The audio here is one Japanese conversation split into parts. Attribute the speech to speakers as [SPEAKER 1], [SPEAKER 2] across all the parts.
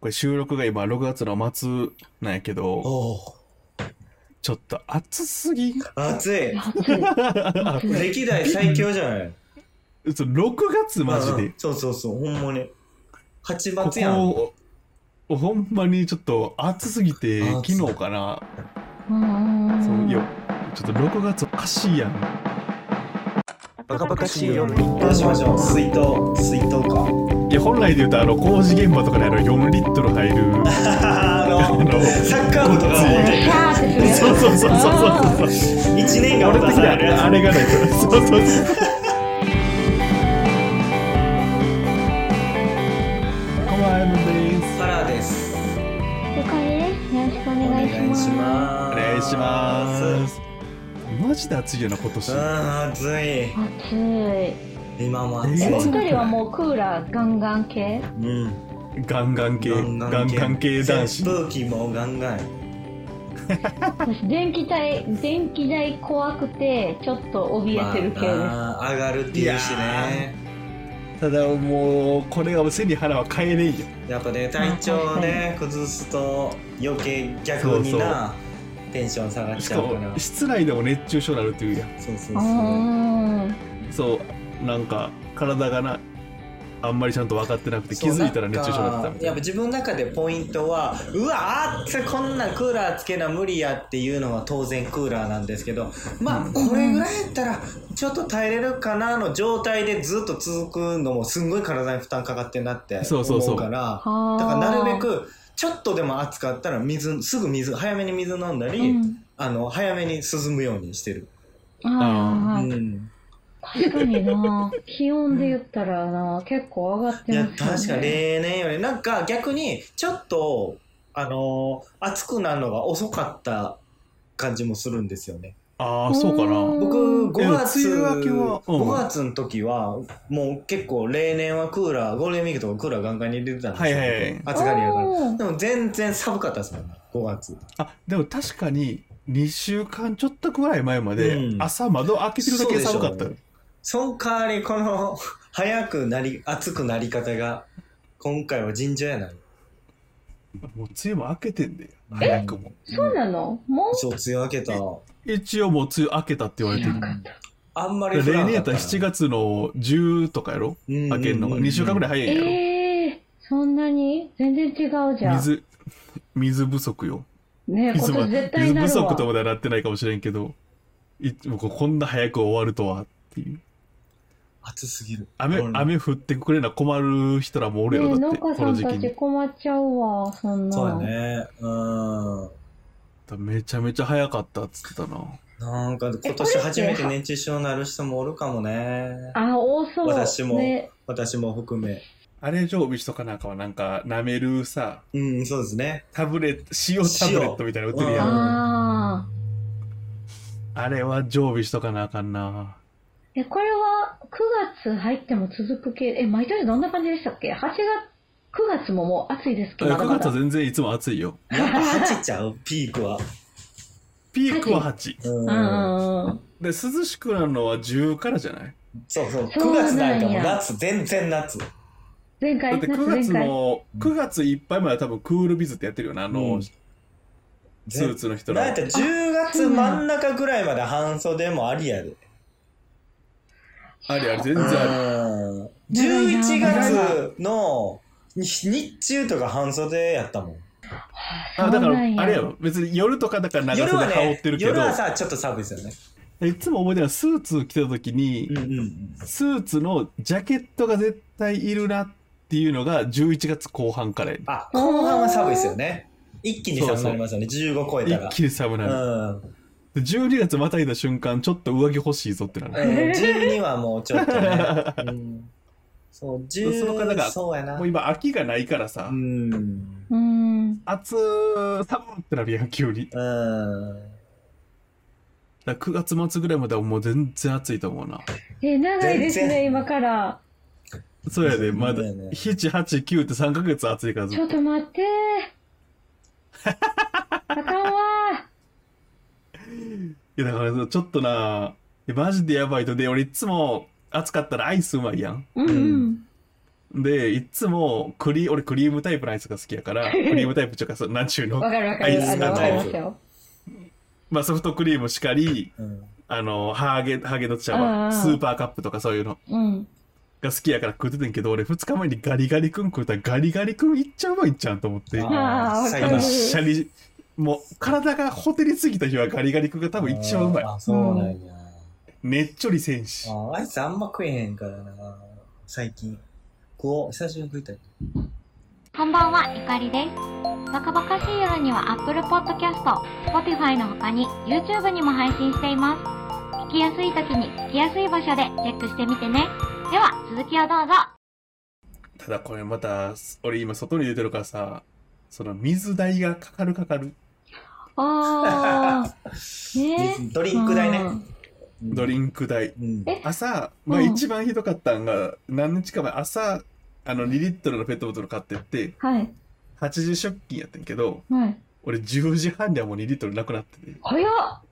[SPEAKER 1] これ収録が今6月の末なんやけど、
[SPEAKER 2] おお。
[SPEAKER 1] ちょっと暑すぎん
[SPEAKER 2] 暑い。
[SPEAKER 1] そ
[SPEAKER 2] 歴代最強じゃない。
[SPEAKER 1] う ?6 月マジ
[SPEAKER 2] う
[SPEAKER 1] で
[SPEAKER 2] ん。そうそうそう、ほんまに。8
[SPEAKER 1] こ
[SPEAKER 2] 月やん。
[SPEAKER 1] こ、ほんまにちょっと暑すぎて、
[SPEAKER 2] 暑い
[SPEAKER 1] 昨日かな。
[SPEAKER 3] うん
[SPEAKER 1] そ
[SPEAKER 3] うん
[SPEAKER 1] ういや、ちょっと6月おかしいやん。
[SPEAKER 2] バカバカし
[SPEAKER 1] いよ
[SPEAKER 2] どうしましょう。水筒、水筒か。
[SPEAKER 1] いや、本来で言うと、あの、工事現場とかであの、4リットル入る。
[SPEAKER 2] あ
[SPEAKER 1] あ
[SPEAKER 2] の、
[SPEAKER 1] の、
[SPEAKER 2] サッカー部とか持ってる。
[SPEAKER 3] ガーって振るやつ
[SPEAKER 1] そうそうそうそうそう。
[SPEAKER 2] 1年間
[SPEAKER 1] 俺
[SPEAKER 2] 渡
[SPEAKER 1] 的
[SPEAKER 2] さ
[SPEAKER 1] にはあ
[SPEAKER 2] れる
[SPEAKER 1] れ
[SPEAKER 2] やつ。
[SPEAKER 1] あれがないから。そうそうそう。こんばんは、アイムです。
[SPEAKER 2] サラです。
[SPEAKER 3] ゆかりですよろしくお
[SPEAKER 2] お
[SPEAKER 3] 願いし
[SPEAKER 2] 願い
[SPEAKER 3] ます
[SPEAKER 2] し
[SPEAKER 1] お
[SPEAKER 2] ます。
[SPEAKER 1] 願いします。マジで暑いよな、今年
[SPEAKER 2] う。ん、暑い。
[SPEAKER 3] 暑い
[SPEAKER 2] 今も暑い。
[SPEAKER 1] え
[SPEAKER 3] お二
[SPEAKER 1] ー
[SPEAKER 3] 人はもうクーラーガンガン系
[SPEAKER 2] うん。
[SPEAKER 1] ガンガン系、ガンガン系男子。
[SPEAKER 2] 扇風機もガンガン。
[SPEAKER 3] 私電気代電気代怖くてちょっと怯えてる系です、
[SPEAKER 2] まあな上がるっていうしね。
[SPEAKER 1] ただもう、これは背に腹は変えねえよ。
[SPEAKER 2] やっぱね、体調をね、崩すと余計逆にな、テンション下がっ
[SPEAKER 1] し
[SPEAKER 2] ち
[SPEAKER 1] か
[SPEAKER 2] ゃうから
[SPEAKER 1] も。室内でも熱中症になるっていうや
[SPEAKER 2] そうそう
[SPEAKER 3] う
[SPEAKER 2] そう。
[SPEAKER 3] ーん
[SPEAKER 1] んそうなんか体がなあんまりちゃんと分かってなくて気づいたら熱中症になってたみた
[SPEAKER 2] や
[SPEAKER 1] いな
[SPEAKER 2] っぱ自分の中でポイントはうわあっこんなクーラーつけな無理やっていうのは当然クーラーなんですけどまあこれぐらいやったらちょっと耐えれるかなの状態でずっと続くのもすんごい体に負担かかってんなって思
[SPEAKER 1] そうそうそう
[SPEAKER 2] うから
[SPEAKER 3] はあ
[SPEAKER 2] だからなるべくちょっとでも暑かったら水すぐ水早めに水飲んだり、
[SPEAKER 3] うん
[SPEAKER 2] あの早めに涼むようにしてる、
[SPEAKER 3] あー
[SPEAKER 2] うん、
[SPEAKER 3] 確かにな気温で言ったらな結構上がって
[SPEAKER 2] いや
[SPEAKER 3] ます
[SPEAKER 2] 確か
[SPEAKER 3] よね
[SPEAKER 2] 例年よりなんか逆にちょっとあのー暑くなるのが遅かった感じもするんですよね
[SPEAKER 1] ああそうかな
[SPEAKER 2] 僕
[SPEAKER 3] うん
[SPEAKER 2] 5月
[SPEAKER 1] いや梅雨明けはうん
[SPEAKER 2] 5月の時はもう結構例年はクーラーゴールデンウィークとかクーラーガンガンに入れてたんですよ、
[SPEAKER 1] はいはいはい
[SPEAKER 2] 暑がりやから
[SPEAKER 3] おー
[SPEAKER 2] でも全然寒かったですもんね5月
[SPEAKER 1] あでも確かに2週間ちょっとぐらい前まで
[SPEAKER 2] うん
[SPEAKER 1] 朝窓開けてるだけ寒かった
[SPEAKER 2] そうでしその代わりこの早くなり暑くなり方が今回は尋常やない
[SPEAKER 1] もう梅雨も明けてんで早くも
[SPEAKER 3] そうなのもう
[SPEAKER 2] そう梅雨明けた
[SPEAKER 1] 一応もう梅雨明けたって言われてる
[SPEAKER 2] あんまり
[SPEAKER 1] 例
[SPEAKER 2] 降らん
[SPEAKER 1] 年
[SPEAKER 2] か
[SPEAKER 1] や
[SPEAKER 2] っ
[SPEAKER 1] ったた
[SPEAKER 2] な
[SPEAKER 1] ら7月の10とかやろ
[SPEAKER 2] うんうんうん
[SPEAKER 1] 開けるのが2週間ぐらい早いんやろ、
[SPEAKER 3] ええー、そんなに全然違うじゃん
[SPEAKER 1] 水水不足よ
[SPEAKER 3] ね今
[SPEAKER 1] 水も
[SPEAKER 3] 年
[SPEAKER 1] 水
[SPEAKER 3] 絶対
[SPEAKER 1] 不
[SPEAKER 3] なる
[SPEAKER 1] 足とま
[SPEAKER 3] わ
[SPEAKER 1] ではなってないかもしれんけどいもうこんな早く終わるとはっていう
[SPEAKER 2] 暑すぎる
[SPEAKER 1] 雨
[SPEAKER 2] 俺
[SPEAKER 1] 雨降ってくれな困る人らもおるや
[SPEAKER 3] ね
[SPEAKER 1] ろだっ
[SPEAKER 3] 農
[SPEAKER 1] て
[SPEAKER 3] 家
[SPEAKER 1] こ
[SPEAKER 3] さ
[SPEAKER 1] の
[SPEAKER 3] ん
[SPEAKER 1] 時期
[SPEAKER 3] た
[SPEAKER 1] に
[SPEAKER 3] ち困っちゃうわそんな
[SPEAKER 2] そうやねうん
[SPEAKER 1] めちゃめちゃ早かったっつってたな
[SPEAKER 2] なんか
[SPEAKER 3] え
[SPEAKER 2] 今年初めて熱中症になる人もおるかもね
[SPEAKER 3] あ多そう
[SPEAKER 2] 私も
[SPEAKER 3] ね
[SPEAKER 2] 私も含め
[SPEAKER 1] あれ常備しとかなんかはなんか舐めるさ
[SPEAKER 2] うんそうですね
[SPEAKER 1] タブレット塩タブレットみたいなの売ってるや
[SPEAKER 2] うんん
[SPEAKER 3] ああ
[SPEAKER 1] あれは常備しとかなあかんな
[SPEAKER 3] えこれは9月入っても続く系え毎年どんな感じでしたっけ8月9月ももう暑いですけど
[SPEAKER 1] 9月は全然いつも暑いよ
[SPEAKER 2] やっぱ8ちゃうピークは
[SPEAKER 1] ピークは8
[SPEAKER 2] うん
[SPEAKER 3] うんうん
[SPEAKER 1] で涼しくなるのは10からじゃない
[SPEAKER 2] そうそう
[SPEAKER 3] そ
[SPEAKER 2] 9
[SPEAKER 3] うなんや
[SPEAKER 2] 月なんかもう夏全然夏
[SPEAKER 3] 前
[SPEAKER 1] だ
[SPEAKER 3] 回
[SPEAKER 1] って
[SPEAKER 3] 夏
[SPEAKER 1] 9
[SPEAKER 3] 前
[SPEAKER 1] 月
[SPEAKER 3] 回
[SPEAKER 1] の9月いっぱいまでは多分クールビズってやってるよなあの、
[SPEAKER 2] うん
[SPEAKER 1] スーツの人
[SPEAKER 2] な
[SPEAKER 1] ら
[SPEAKER 2] んやったら10月真ん中ぐらいまで半袖もありやで
[SPEAKER 1] あれあれ全然ある
[SPEAKER 2] うん
[SPEAKER 3] 長いな
[SPEAKER 2] 11月の日日中とか半袖やったもん
[SPEAKER 1] あだか
[SPEAKER 3] そう
[SPEAKER 1] ら
[SPEAKER 3] なんや
[SPEAKER 1] あれやろ別に夜とかだから長
[SPEAKER 2] 夜
[SPEAKER 1] 袖
[SPEAKER 2] は
[SPEAKER 1] 羽織
[SPEAKER 2] ね
[SPEAKER 1] ってるけ
[SPEAKER 2] 夜
[SPEAKER 1] ど、
[SPEAKER 2] はさちょっと寒いですよね
[SPEAKER 1] いつも覚えてるのはスーツ着てた時に、
[SPEAKER 2] うんうんうん
[SPEAKER 1] スーツのジャケットが絶対いるなっていうのが11月後半からやね
[SPEAKER 2] あ後半は寒いですよね一気に寒くなりますよね15超えたら
[SPEAKER 1] 一気に寒なる、
[SPEAKER 2] うん
[SPEAKER 1] で12月またいだ瞬間ちょっと上着欲しいぞってなる、
[SPEAKER 2] えー12はもうちょっとね、 うん、そう
[SPEAKER 1] その方
[SPEAKER 2] 10
[SPEAKER 1] が
[SPEAKER 2] そうやな
[SPEAKER 1] もう今秋がないからさ、
[SPEAKER 2] うん
[SPEAKER 3] うん
[SPEAKER 1] 暑ー寒ってなるやん急に
[SPEAKER 2] うん
[SPEAKER 1] だから9月末ぐらいまではもう全然暑いと思うな
[SPEAKER 3] え長いです
[SPEAKER 2] 全
[SPEAKER 3] ね
[SPEAKER 2] 然
[SPEAKER 3] 今から
[SPEAKER 1] そうやでまだ
[SPEAKER 2] そうだよね
[SPEAKER 1] 789って3ヶ月暑いからずっ
[SPEAKER 3] ち
[SPEAKER 1] と
[SPEAKER 3] ょっと 待ってあかんわ
[SPEAKER 1] いやだからちょっとなマジでやばいとで俺いつも暑かったらアイスうまいやん
[SPEAKER 3] うんうん
[SPEAKER 1] で、いつも、クリ、俺クリームタイプのアイスが好きやから、クリームタイプっていうか、そうなんちゅうの
[SPEAKER 3] わ、かるわか
[SPEAKER 1] アイ
[SPEAKER 3] る。
[SPEAKER 1] ス
[SPEAKER 3] あの、わ
[SPEAKER 1] が
[SPEAKER 3] かり
[SPEAKER 1] ね
[SPEAKER 3] ますよ。
[SPEAKER 1] まあソフトクリームしかり、
[SPEAKER 2] うん
[SPEAKER 1] あの、ハーゲ、ハーゲドッチャー
[SPEAKER 3] あ
[SPEAKER 1] は、
[SPEAKER 3] あ
[SPEAKER 1] スーパーカップとかそういうの
[SPEAKER 3] うん。
[SPEAKER 1] が好きやから食っててんけど、俺2日前にガリガリ君食ったらガリガリ君いっちゃうまいっちゃうんと思って、あ
[SPEAKER 3] あーわかる
[SPEAKER 1] の、シャリ、もう体がほてりすぎた日はガリガリ君が多分一番うまい。
[SPEAKER 2] あ、そうなんや。
[SPEAKER 1] ねっちょりせんし。
[SPEAKER 2] ああいつあんま食えへんからな、最近。こう、久しぶりに食いたい。
[SPEAKER 4] こんばんは、ゆかりです。バカバカしい夜には Apple Podcast、Spotify の他に YouTube にも配信しています。聞きやすい時に聞きやすい場所でチェックしてみてね。では、続きをどうぞ。
[SPEAKER 1] ただこれまた、俺今外に出てるからさ、その水代がかかるかかる。
[SPEAKER 3] あ あ。ね
[SPEAKER 2] ドリンク代ね。
[SPEAKER 1] ドリンク代。
[SPEAKER 2] うん。
[SPEAKER 3] え
[SPEAKER 1] 朝、まあ
[SPEAKER 3] うん
[SPEAKER 1] 一番ひどかったんが、何日か前、朝、あの2リットルのペットボトル買ってって、
[SPEAKER 3] はい。
[SPEAKER 1] 8時出勤やってんけど、
[SPEAKER 3] はい。
[SPEAKER 1] 俺10時半にはもう2リットルなくなってて。
[SPEAKER 3] 早っ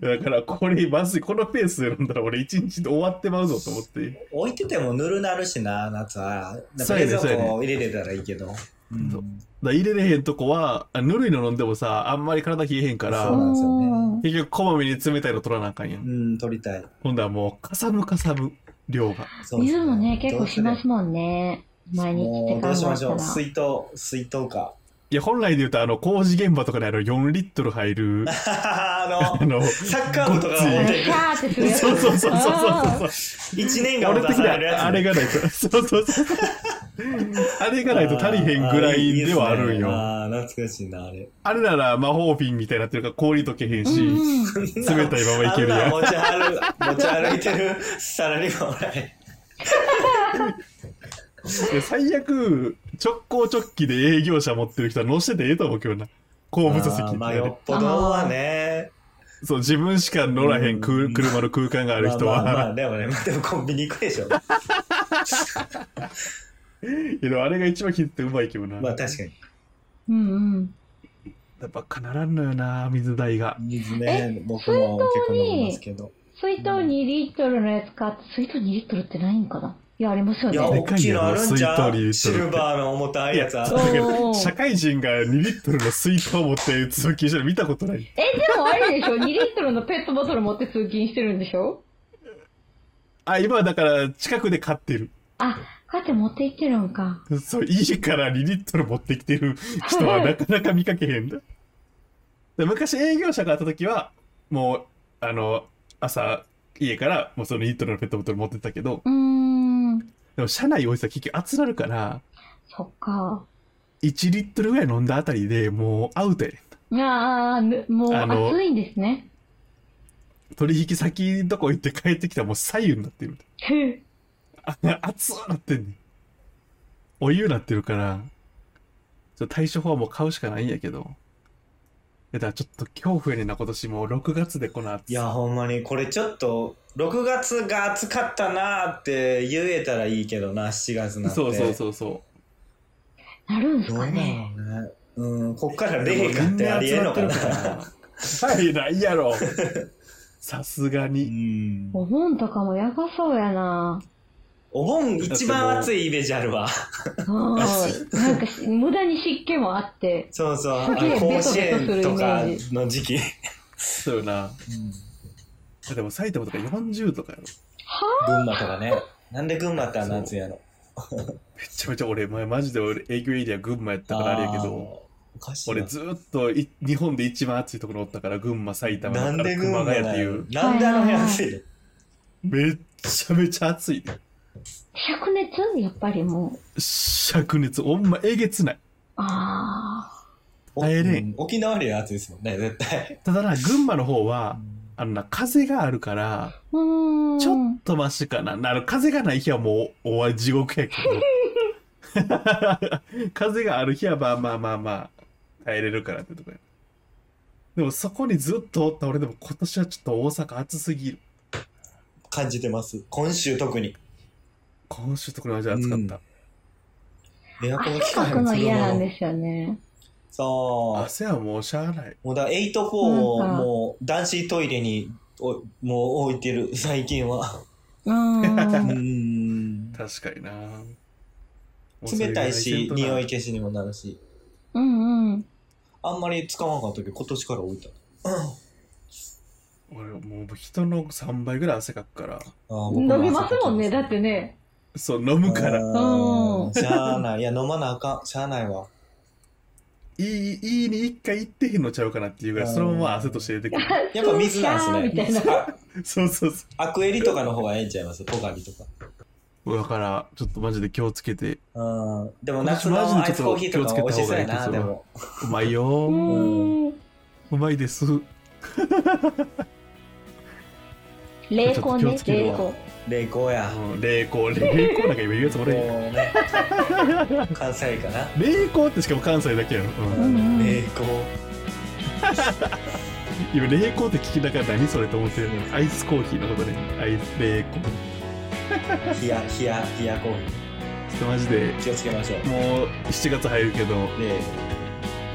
[SPEAKER 1] だからこれまずい、このペースで飲んだら俺1日で終わってまうぞと思って。
[SPEAKER 2] 置いててもぬるなるしな、夏は。だか
[SPEAKER 1] そう
[SPEAKER 2] ら
[SPEAKER 1] や
[SPEAKER 2] 冷
[SPEAKER 1] ね
[SPEAKER 2] 蔵庫入れてたらいいけど。うん
[SPEAKER 1] そうだ入れれへんとこは、あぬるいの飲んでもさ、あんまり体冷えへんか
[SPEAKER 2] そう
[SPEAKER 1] ら、
[SPEAKER 2] なんですよね
[SPEAKER 3] うん
[SPEAKER 1] 結局こまめに冷たいの取らなあかんやん。
[SPEAKER 2] うん、取りたい。
[SPEAKER 1] 今度はもうかさむかさむ量が。
[SPEAKER 2] そうです
[SPEAKER 3] 水もね、結構しますもんね。毎日っ
[SPEAKER 2] も
[SPEAKER 3] て
[SPEAKER 2] うどうし
[SPEAKER 3] 考
[SPEAKER 2] ま
[SPEAKER 3] え
[SPEAKER 2] したょ
[SPEAKER 3] ら
[SPEAKER 2] う。。水筒、水筒か。
[SPEAKER 1] いや、本来で言うとあの工事現場とかであの4リットル入る、
[SPEAKER 2] あ
[SPEAKER 1] あ
[SPEAKER 2] の、
[SPEAKER 1] の、
[SPEAKER 2] サッカー部とかが持
[SPEAKER 3] う
[SPEAKER 2] っ
[SPEAKER 3] んシ
[SPEAKER 2] てい く
[SPEAKER 3] ャーってするやつ。
[SPEAKER 1] そうそうそうそう
[SPEAKER 3] あ
[SPEAKER 1] そ
[SPEAKER 3] ー
[SPEAKER 1] うそ
[SPEAKER 2] 一年
[SPEAKER 1] う。
[SPEAKER 2] 間
[SPEAKER 1] 俺
[SPEAKER 2] も出
[SPEAKER 1] 的
[SPEAKER 2] さ
[SPEAKER 1] に
[SPEAKER 2] れるや
[SPEAKER 1] は
[SPEAKER 2] つ。
[SPEAKER 1] あれがないと、そうそうそう。あれがないと足りへんぐらいではあるんよ。
[SPEAKER 2] あーいいっすねあー、懐かしいな、あれ。
[SPEAKER 1] あれなら魔法瓶みたいになってるから氷溶けへんし、
[SPEAKER 3] うんうん
[SPEAKER 1] 冷たいままいける
[SPEAKER 2] あん
[SPEAKER 1] や
[SPEAKER 2] なん
[SPEAKER 1] ん。
[SPEAKER 2] 持ち歩、持ち歩いてる皿にも ない。
[SPEAKER 1] いや最悪、直行直帰で営業者持ってる人は乗せててええと思うけどな。後部座席
[SPEAKER 2] あ
[SPEAKER 1] って
[SPEAKER 2] ーまあ、
[SPEAKER 1] なる
[SPEAKER 2] よっぽどはね。
[SPEAKER 1] そう、自分しか乗らへん空、
[SPEAKER 2] うん
[SPEAKER 1] 車の空間がある人は。
[SPEAKER 2] まあまあまあ、でもね、 でもコンビニ行くでしょ。
[SPEAKER 1] けど、あれが一番ひってうまいけどな。
[SPEAKER 2] まあ確かに。
[SPEAKER 3] うんうん。
[SPEAKER 1] やっぱかならんのよな、水代が。
[SPEAKER 2] 水
[SPEAKER 3] え
[SPEAKER 2] ね、僕も結構飲みますけど。
[SPEAKER 3] 水筒2リットルのやつ買って、水筒2リットルってないんかないや、ありますよ
[SPEAKER 2] い
[SPEAKER 3] ね
[SPEAKER 2] や、。
[SPEAKER 1] で
[SPEAKER 2] 大
[SPEAKER 1] かいよ
[SPEAKER 2] きいのあるんじ
[SPEAKER 1] 水
[SPEAKER 2] ゃ
[SPEAKER 1] 筒に入れとる
[SPEAKER 2] うシルバーの重たいやつあ
[SPEAKER 1] だ
[SPEAKER 2] る
[SPEAKER 1] け
[SPEAKER 3] そう
[SPEAKER 1] ど、社会人が2リットルの水筒を持って通勤してるの見たことない。
[SPEAKER 3] え、でもあれでしょ ?2 リットルのペットボトル持って通勤してるんでしょ
[SPEAKER 1] あ、今はだから近くで買ってる。
[SPEAKER 3] あ、こうやって持って行ってるんか。
[SPEAKER 1] そう、家から2リットル持ってきてる人はなかなか見かけへんだ。で昔営業者があった時は、もう、あの、朝、家からもうその2リットルのペットボトル持ってったけど、
[SPEAKER 3] うーん。
[SPEAKER 1] でも車内置いてたら結局熱なるから、
[SPEAKER 3] そっか。
[SPEAKER 1] 1リットルぐらい飲んだあたりでもうアウトやね
[SPEAKER 3] ああ、ぬもう
[SPEAKER 1] あの
[SPEAKER 3] 暑いんですね。
[SPEAKER 1] 取引先どこ行って帰ってきたらもう左右になってる。
[SPEAKER 3] ふう
[SPEAKER 1] あ、 熱くなってんねん。お湯なってるから、ちょっと対処法はもう買うしかないんやけど。いやだからちょっと恐怖やねんな、今年もう6月でこの暑
[SPEAKER 2] いや、ほんまに、これちょっと、6月が暑かったなーって言えたらいいけどな、7月なんて。
[SPEAKER 1] そうそう
[SPEAKER 2] う。
[SPEAKER 1] そうそ
[SPEAKER 3] なるんす
[SPEAKER 2] どう
[SPEAKER 3] か
[SPEAKER 2] なの
[SPEAKER 3] ね。
[SPEAKER 2] ね。うん、こっから
[SPEAKER 1] う。
[SPEAKER 2] 冷
[SPEAKER 1] で
[SPEAKER 2] 夏
[SPEAKER 1] も
[SPEAKER 2] ってありえんのか
[SPEAKER 1] みんな集まって
[SPEAKER 2] な。
[SPEAKER 1] るから。はい、ないやろ。さすが
[SPEAKER 2] う
[SPEAKER 1] に。
[SPEAKER 2] ん。
[SPEAKER 3] お盆とかもやばそうやな。
[SPEAKER 2] お盆一番暑いイメージあるわ。
[SPEAKER 3] うん。なんかし無駄に湿気もあって。
[SPEAKER 2] そうそう。あ
[SPEAKER 3] すげえ
[SPEAKER 2] の甲子園とか
[SPEAKER 3] ベトベトするイメー
[SPEAKER 2] の時期。
[SPEAKER 1] そうよな。でも埼玉とか40とかやろ。
[SPEAKER 2] 群馬とかね。 なんで群馬ってあんな暑いんやろ。
[SPEAKER 1] めちゃめちゃ俺、前マジで俺営業エリア群馬やったからあれやけど。
[SPEAKER 2] あー。おかしいな
[SPEAKER 1] 俺ずーっとい日本で一番暑いところおったから群馬埼玉
[SPEAKER 2] な
[SPEAKER 1] だ
[SPEAKER 2] ん
[SPEAKER 1] か
[SPEAKER 2] で
[SPEAKER 1] ら
[SPEAKER 2] 群
[SPEAKER 1] 熊
[SPEAKER 2] 馬
[SPEAKER 1] 谷って
[SPEAKER 2] だ
[SPEAKER 1] い
[SPEAKER 2] よ
[SPEAKER 1] う。
[SPEAKER 2] なんであの辺暑いの
[SPEAKER 1] めっちゃめちゃ暑いね
[SPEAKER 3] 灼熱やっぱりもう。
[SPEAKER 1] 灼熱ほんまえげつない
[SPEAKER 3] あ
[SPEAKER 2] お
[SPEAKER 1] 帰れん
[SPEAKER 2] うん沖縄より暑いですもんね、絶対。
[SPEAKER 1] ただな群馬の方はあのな風があるから
[SPEAKER 3] あ。うーん。
[SPEAKER 1] ちょっとマシかな、なる風がない日はもうおわ地獄やけど 風がある日はまあまあまあまあ耐えれるからってとこやでもそこにずっとおった俺でも今年はちょっと大阪暑すぎる
[SPEAKER 2] 感じてます。今週特に。
[SPEAKER 1] 今週とこれはじゃあ暑かった、
[SPEAKER 2] エアコン
[SPEAKER 3] 汗
[SPEAKER 2] 機
[SPEAKER 3] か
[SPEAKER 2] 械
[SPEAKER 3] くの嫌なん
[SPEAKER 2] の。
[SPEAKER 3] ですよね。
[SPEAKER 2] そ。
[SPEAKER 1] 汗はもうしゃあないう
[SPEAKER 2] もうだ、8-4
[SPEAKER 3] なん
[SPEAKER 2] を
[SPEAKER 3] か
[SPEAKER 2] もう男子トイレにおもう置いてる、最近は。う
[SPEAKER 5] うん。
[SPEAKER 2] ん
[SPEAKER 1] 確かにな
[SPEAKER 2] 冷たいし匂い
[SPEAKER 1] 系
[SPEAKER 2] 消しにもなるし
[SPEAKER 5] うんうん。
[SPEAKER 2] あんまり使わなかったけど今年から置いた
[SPEAKER 1] 俺もう人の3倍ぐらい汗かくから
[SPEAKER 2] あー僕も
[SPEAKER 3] 飲みますもんね、だってね。
[SPEAKER 1] そう飲むから
[SPEAKER 2] あ
[SPEAKER 5] う
[SPEAKER 2] ーしゃあないいや飲まなあかんしゃあないわ
[SPEAKER 1] いいいいに一回行ってへんのちゃうかなっていうぐらいそのまま汗として出てくる
[SPEAKER 2] やっぱ水なん
[SPEAKER 3] みた
[SPEAKER 2] で
[SPEAKER 3] い
[SPEAKER 2] すね。
[SPEAKER 3] な
[SPEAKER 2] あ
[SPEAKER 1] そうそうそ
[SPEAKER 2] アクエリとかの方がええんちゃいますトカリとか
[SPEAKER 1] うだからちょっとマジで気をつけて
[SPEAKER 2] うんでも夏のアイスコーヒーとかは美味しそうやなでも
[SPEAKER 1] うまいよ
[SPEAKER 3] う
[SPEAKER 1] ー
[SPEAKER 3] ん。
[SPEAKER 1] うまいです
[SPEAKER 3] 霊魂ね、霊魂。
[SPEAKER 2] 冷凍や
[SPEAKER 1] うん霊光霊光なんか今言うやつ
[SPEAKER 2] こ
[SPEAKER 1] 俺
[SPEAKER 2] ね関西かな
[SPEAKER 1] 霊光ってしかも関西だけやろ、うん
[SPEAKER 3] うんうん
[SPEAKER 2] 冷凍
[SPEAKER 1] 今霊光って聞きながら何それと思ってるのアイスコーヒーのことねアイス霊光ち
[SPEAKER 2] 冷や冷や冷やコーヒ
[SPEAKER 1] ょっとマジで
[SPEAKER 2] ー気をつけましょう
[SPEAKER 1] もう7月入るけど
[SPEAKER 2] 冷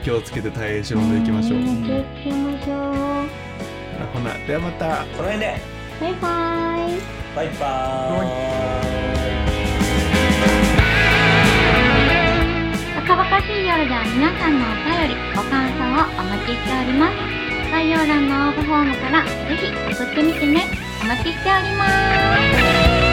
[SPEAKER 1] 気をつけて大変し飲んでいきましょう
[SPEAKER 4] 気をつけましょう。
[SPEAKER 1] ほなではまた
[SPEAKER 2] この辺で
[SPEAKER 4] バイバーイ。
[SPEAKER 2] バイバーイ
[SPEAKER 4] バカバカしい夜では皆さんのお便り、ご感想をお待ちしております。概要欄の応募フォームからぜひ送ってみてね。お待ちしております。